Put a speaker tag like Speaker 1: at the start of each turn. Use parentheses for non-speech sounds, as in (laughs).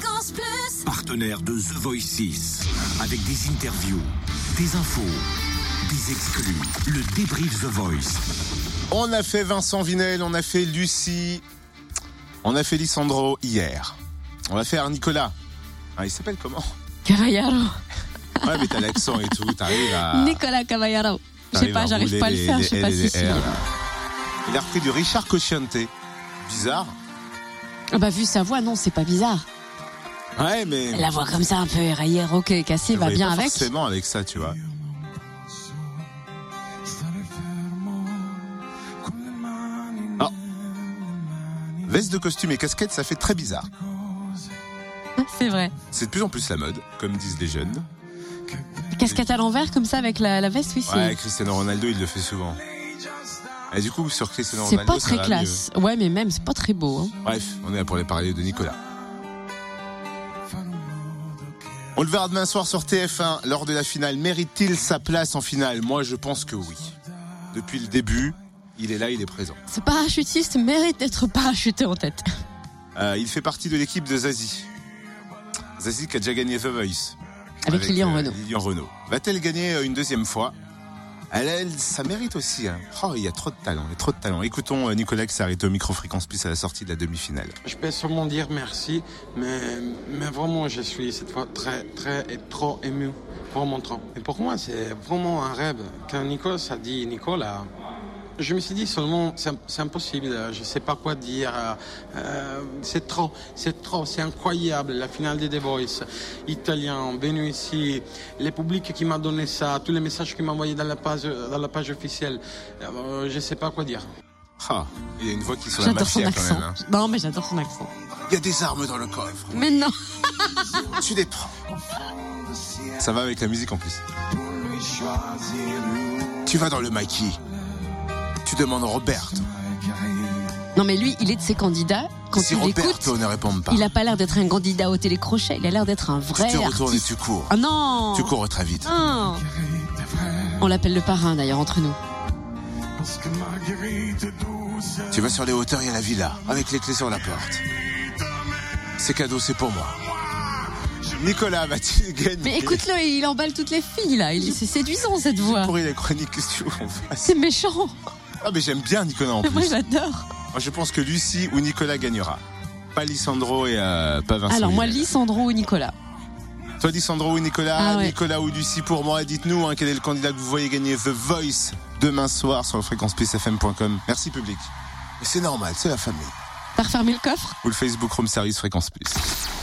Speaker 1: France Plus.
Speaker 2: Partenaire de The Voice 6. Avec des interviews, des infos, des exclus. Le débrief The Voice.
Speaker 3: On a fait Vincent Vinel, on a fait Lucie, on a fait Lisandro hier. On va faire Nicolas. Ah, il s'appelle comment
Speaker 4: Caballero.
Speaker 3: Ouais, mais t'as l'accent et tout, t'arrives à.
Speaker 4: Nicolas Caballero. Je sais
Speaker 3: t'arrives Ah. à
Speaker 4: pas, j'arrive
Speaker 3: rouler
Speaker 4: pas à le
Speaker 3: des-
Speaker 4: faire,
Speaker 3: des
Speaker 4: je sais pas
Speaker 3: L et des
Speaker 4: si c'est.
Speaker 3: R, là. Il a repris du Richard Cochiante. Bizarre.
Speaker 4: Ah bah, vu sa voix, non, c'est pas bizarre.
Speaker 3: Ouais, mais.
Speaker 4: La voix comme ça, un peu éraillère, ok, cassée,
Speaker 3: Je
Speaker 4: va
Speaker 3: voyais
Speaker 4: bien
Speaker 3: pas
Speaker 4: avec.
Speaker 3: Forcément avec ça, tu vois. Ah. Veste de costume et casquette, ça fait très bizarre.
Speaker 4: (laughs) C'est vrai.
Speaker 3: C'est de plus en plus la mode, comme disent les jeunes.
Speaker 4: Casquette à l'envers, comme ça, avec la, la veste, oui, c'est.
Speaker 3: Ouais, Cristiano Ronaldo, il le fait souvent. Et du coup, sur Cristiano
Speaker 4: c'est
Speaker 3: Ronaldo,
Speaker 4: pas
Speaker 3: ça
Speaker 4: très
Speaker 3: va
Speaker 4: classe. Ouais, mais même, c'est pas très beau.
Speaker 3: mieux.
Speaker 4: hein.
Speaker 3: Bref, on est là pour les parler de Nicolas. On le verra demain soir sur TF1 lors de la finale. Mérite-t-il sa place en finale Moi, je pense que oui. Depuis le début, il est là, il est présent.
Speaker 4: Ce parachutiste mérite d'être parachuté en tête.
Speaker 3: Euh, il fait partie de l'équipe de Zazie. Zazie qui a déjà gagné The Voice.
Speaker 4: Avec, Lilian
Speaker 3: euh,
Speaker 4: Renaud.
Speaker 3: Lilian Renaud. Va-t-elle gagner euh, une deuxième fois elle, elle, ça mérite aussi. hein. Oh, il y a trop de talent, il y a trop de talent. Écoutons euh, Nicolas qui s'est arrêté au micro-fréquence plus à la sortie de la demi-finale.
Speaker 5: Je peux sûrement dire merci, mais, mais vraiment, je suis cette fois très, très et trop ému. Vraiment trop. Et pour moi, c'est vraiment un rêve. Quand Nicolas a dit Nicolas, je me suis dit seulement, c'est c'est impossible, je ne sais pas quoi dire. euh, c'est trop, c'est trop, c'est incroyable. La finale des The Voice, italien, venu ici, les publics qui m'a donné ça, tous les messages qu'il m'a envoyés dans la page, dans la page officielle, euh, je ne sais pas quoi dire.
Speaker 3: Ah, il y a une voix qui sonne à
Speaker 4: J'adore son
Speaker 3: mafia quand
Speaker 4: accent.
Speaker 3: même. hein.
Speaker 4: Non, mais j'adore son accent.
Speaker 3: Il y a des armes dans le coffre.
Speaker 4: Mais non
Speaker 3: Tu les prends. Ça va avec la musique en plus. Tu vas dans le maquis. Tu demandes Robert.
Speaker 4: Non, mais lui, il est de ses candidats. Quand
Speaker 3: si
Speaker 4: tu
Speaker 3: Robert
Speaker 4: l'écoutes,
Speaker 3: toi, ne répond pas,
Speaker 4: il a pas l'air d'être un candidat au télécrochet. Il a l'air d'être un vrai.
Speaker 3: tu te retournes et
Speaker 4: artiste.
Speaker 3: tu cours.
Speaker 4: Ah non
Speaker 3: Tu cours très vite.
Speaker 4: Non. On l'appelle le parrain d'ailleurs entre nous.
Speaker 3: Tu vas sur les hauteurs, il y a la villa, avec les clés sur la porte. C'est cadeau, c'est pour moi. Nicolas va-t-il gagner
Speaker 4: Mais écoute-le, il emballe toutes les filles là. Il- C'est séduisant cette voix.
Speaker 3: Pour la chronique, qu'est-ce que tu veux qu'on fasse
Speaker 4: C'est méchant.
Speaker 3: Ah, mais j'aime bien Nicolas en plus.
Speaker 4: (laughs) Moi
Speaker 3: Moi,
Speaker 4: j'adore.
Speaker 3: je pense que Lucie ou Nicolas gagnera. Pas Lisandro et euh, pas Vincent.
Speaker 4: Alors moi,
Speaker 3: Lille.
Speaker 4: Lisandro ou Nicolas.
Speaker 3: Toi, Lisandro ou Nicolas,
Speaker 4: Ah ouais.
Speaker 3: Nicolas ou Lucie pour moi. Dites-nous hein, quel est le candidat que vous voyez gagner The Voice demain soir sur fréquenceplusfm.com. Merci public. Mais C'est normal, c'est la famille.
Speaker 4: T'as refermé le coffre
Speaker 3: Ou le Facebook Room Service Fréquence Plus.